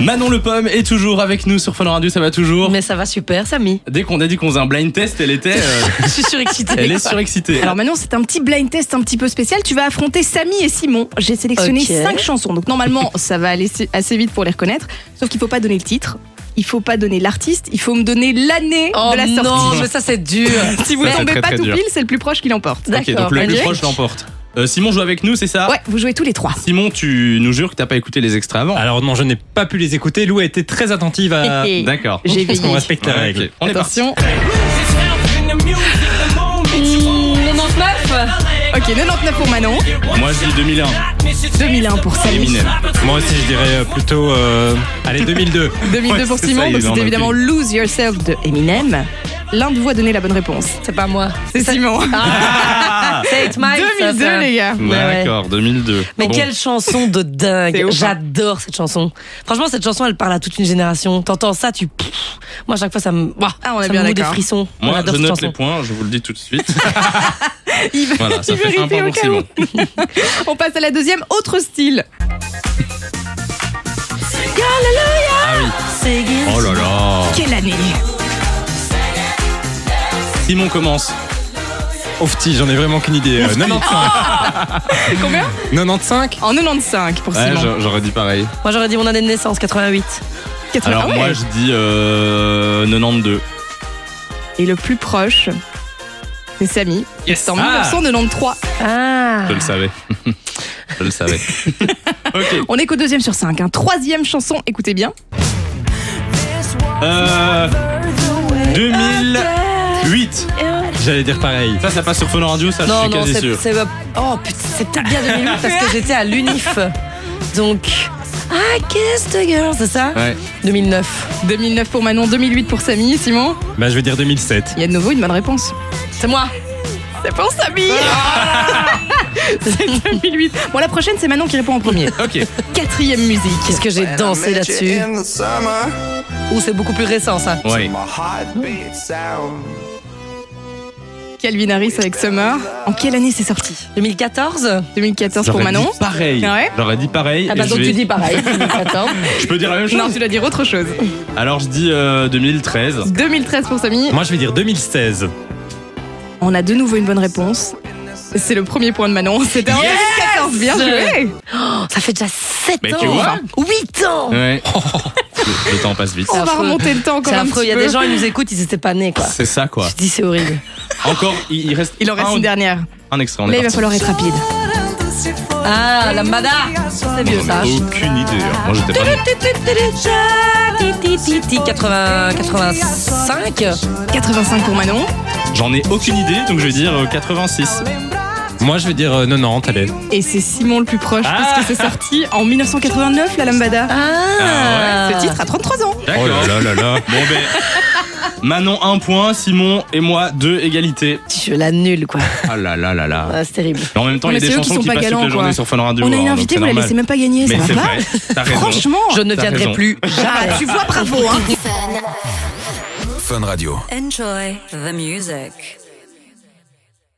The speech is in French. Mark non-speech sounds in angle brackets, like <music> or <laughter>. Manon Le Pomme est toujours avec nous sur Fun Radio, ça va toujours. Mais ça va super, Samy. Dès qu'on a dit qu'on faisait un blind test, elle était, <laughs> euh, Je suis surexcitée. elle est surexcitée. Alors Manon, c'est un petit blind test un petit peu spécial. Tu vas affronter Samy et Simon. J'ai sélectionné Ok. cinq chansons, donc <laughs> normalement ça va aller assez vite pour les reconnaître. Sauf qu'il faut pas donner le titre, il faut pas donner l'artiste, il faut me donner l'année Oh de la sortie. non, mais ça c'est dur. <laughs> Si vous Ça, c'est tombez très, pas très tout dur. pile, c'est le plus proche qui l'emporte. ok, d'accord, donc le plus ok. proche l'emporte. Euh, Simon joue avec nous, c'est ça Bah, Ouais, vous jouez tous les trois. Simon, tu nous jures que t'as pas écouté les extraits avant Ah, Alors non, je n'ai pas pu les écouter. Lou a été très attentive à. Hé, hé. D'accord. J'ai Parce veillé. qu'on respecte la Ouais, règle. ok. On est parti. Attention. 99 Ok, 99 pour Manon, Moi, je dis 2001. 2001 pour Samy, Eminem. Moi aussi, je dirais euh, plutôt. euh, Allez, 2002. <laughs> 2002 Ouais, pour c'est Simon. ça, il donc en a c'était évidemment aucune. Lose Yourself de Eminem. L'un de vous a donné la bonne réponse. C'est pas moi. C'est ça- Simon. <laughs> Ah, c'est Eight Mile, ça, 2002 ça. les gars. ouais. D'accord, 2002. Mais Bon. quelle chanson de C'est dingue ouf, hein. J'adore cette chanson. Franchement, cette chanson, elle parle à toute une génération. T'entends ça, tu... Pff, Moi, à chaque fois, ça me... Ouah, Ah, on est ça bien me moue des d'accord. frissons. on Moi, adore je cette note chanson. les points, je vous le dis tout de suite. <laughs> Il veut- Voilà, ça il veut fait un ripper point au pour cas où. Simon. On passe à la deuxième, autre style. Ah oui. Oh là là. Quelle année Simon commence. Ofti, j'en ai vraiment qu'une idée. Euh, 95. Combien 95 En 95 pour Ouais, Simon. j'a- j'aurais dit pareil. Moi, j'aurais dit mon année de naissance, 88. 80, Alors Ah ouais. moi, je dis euh, 92. Et le plus proche, c'est Samy. C'est en Ah. 1993. Ah Je le savais. <laughs> je le savais. <laughs> ok. On est qu'au deuxième sur cinq. hein. Troisième chanson, écoutez bien. Euh, 2008. J'allais dire pareil. Ça, ça passe sur Fun Radio, ça, je Non, suis non, quasi c'est... sûr. c'est- Oh, putain, c'est peut-être bien 2008 parce que j'étais à l'UNIF. Donc... I kissed a girl, c'est ça Ouais. 2009. 2009 pour Manon, 2008 pour Samy. Simon, Bah, je vais dire 2007. il y a de nouveau une bonne réponse. C'est moi C'est pour Samy Ah. <laughs> C'est 2008. Bon, la prochaine, c'est Manon qui répond en <laughs> premier. Ok. Quatrième musique. Qu'est-ce que j'ai dansé là-dessus Ou c'est beaucoup plus récent, ça Ouais. Calvin Harris avec Summer. En quelle année c'est sorti 2014 2014 pour J'aurais Manon. dit pareil. Ouais. J'aurais dit pareil. Ah bah et donc je, vais- tu dis pareil, 2014. <laughs> je peux dire la même Non, chose tu dois dire autre chose. Alors je dis euh, 2013. 2013 pour Samy. Moi, je vais dire 2016. On a de nouveau une bonne réponse. C'est le premier point de Manon. C'était en 2014. Bien joué. Oh, ça fait déjà 7 Mais ans tu hein. vois. 8 ans Ouais. <laughs> le, le temps passe vite. C'est On va affreux. remonter le temps encore C'est un affreux, petit il y a peu. des gens, ils nous écoutent, ils étaient pas nés quoi. C'est ça quoi. Je dis c'est <laughs> horrible. Encore, il, il reste. Il en reste un, une dernière. un extrait. On Là, est il va parti. falloir être rapide. Ah, la Mada C'est vieux J'en ai ça. Aucune idée. hein. Moi j'étais pas. né. 80, 85 85 pour Manon. J'en ai aucune idée, donc je vais dire euh, 86. Moi, je vais dire euh, 90. Allez. Et c'est Simon le plus proche parce Ah. que c'est sorti en 1989, la Lambada. Ah, Ce titre a 33 ans. Oh là là là là. Bon ben. Manon un point, Simon et moi deux égalités. Je l'annule quoi. Ah là là là là. Ah, c'est terrible. Mais en même temps, il y a Mais des c'est eux qui chansons sont qui pas passent toute galants, la journée quoi. sur Fun Radio. On a hein, une donc invitée, c'est vous la normal. laissez même pas gagner, Mais ça c'est va vrai, pas t'as raison. Franchement, Ah, Je ne T'as viendrai raison. <laughs> plus jamais. tu vois, bravo. hein. Fun Radio. Enjoy the music.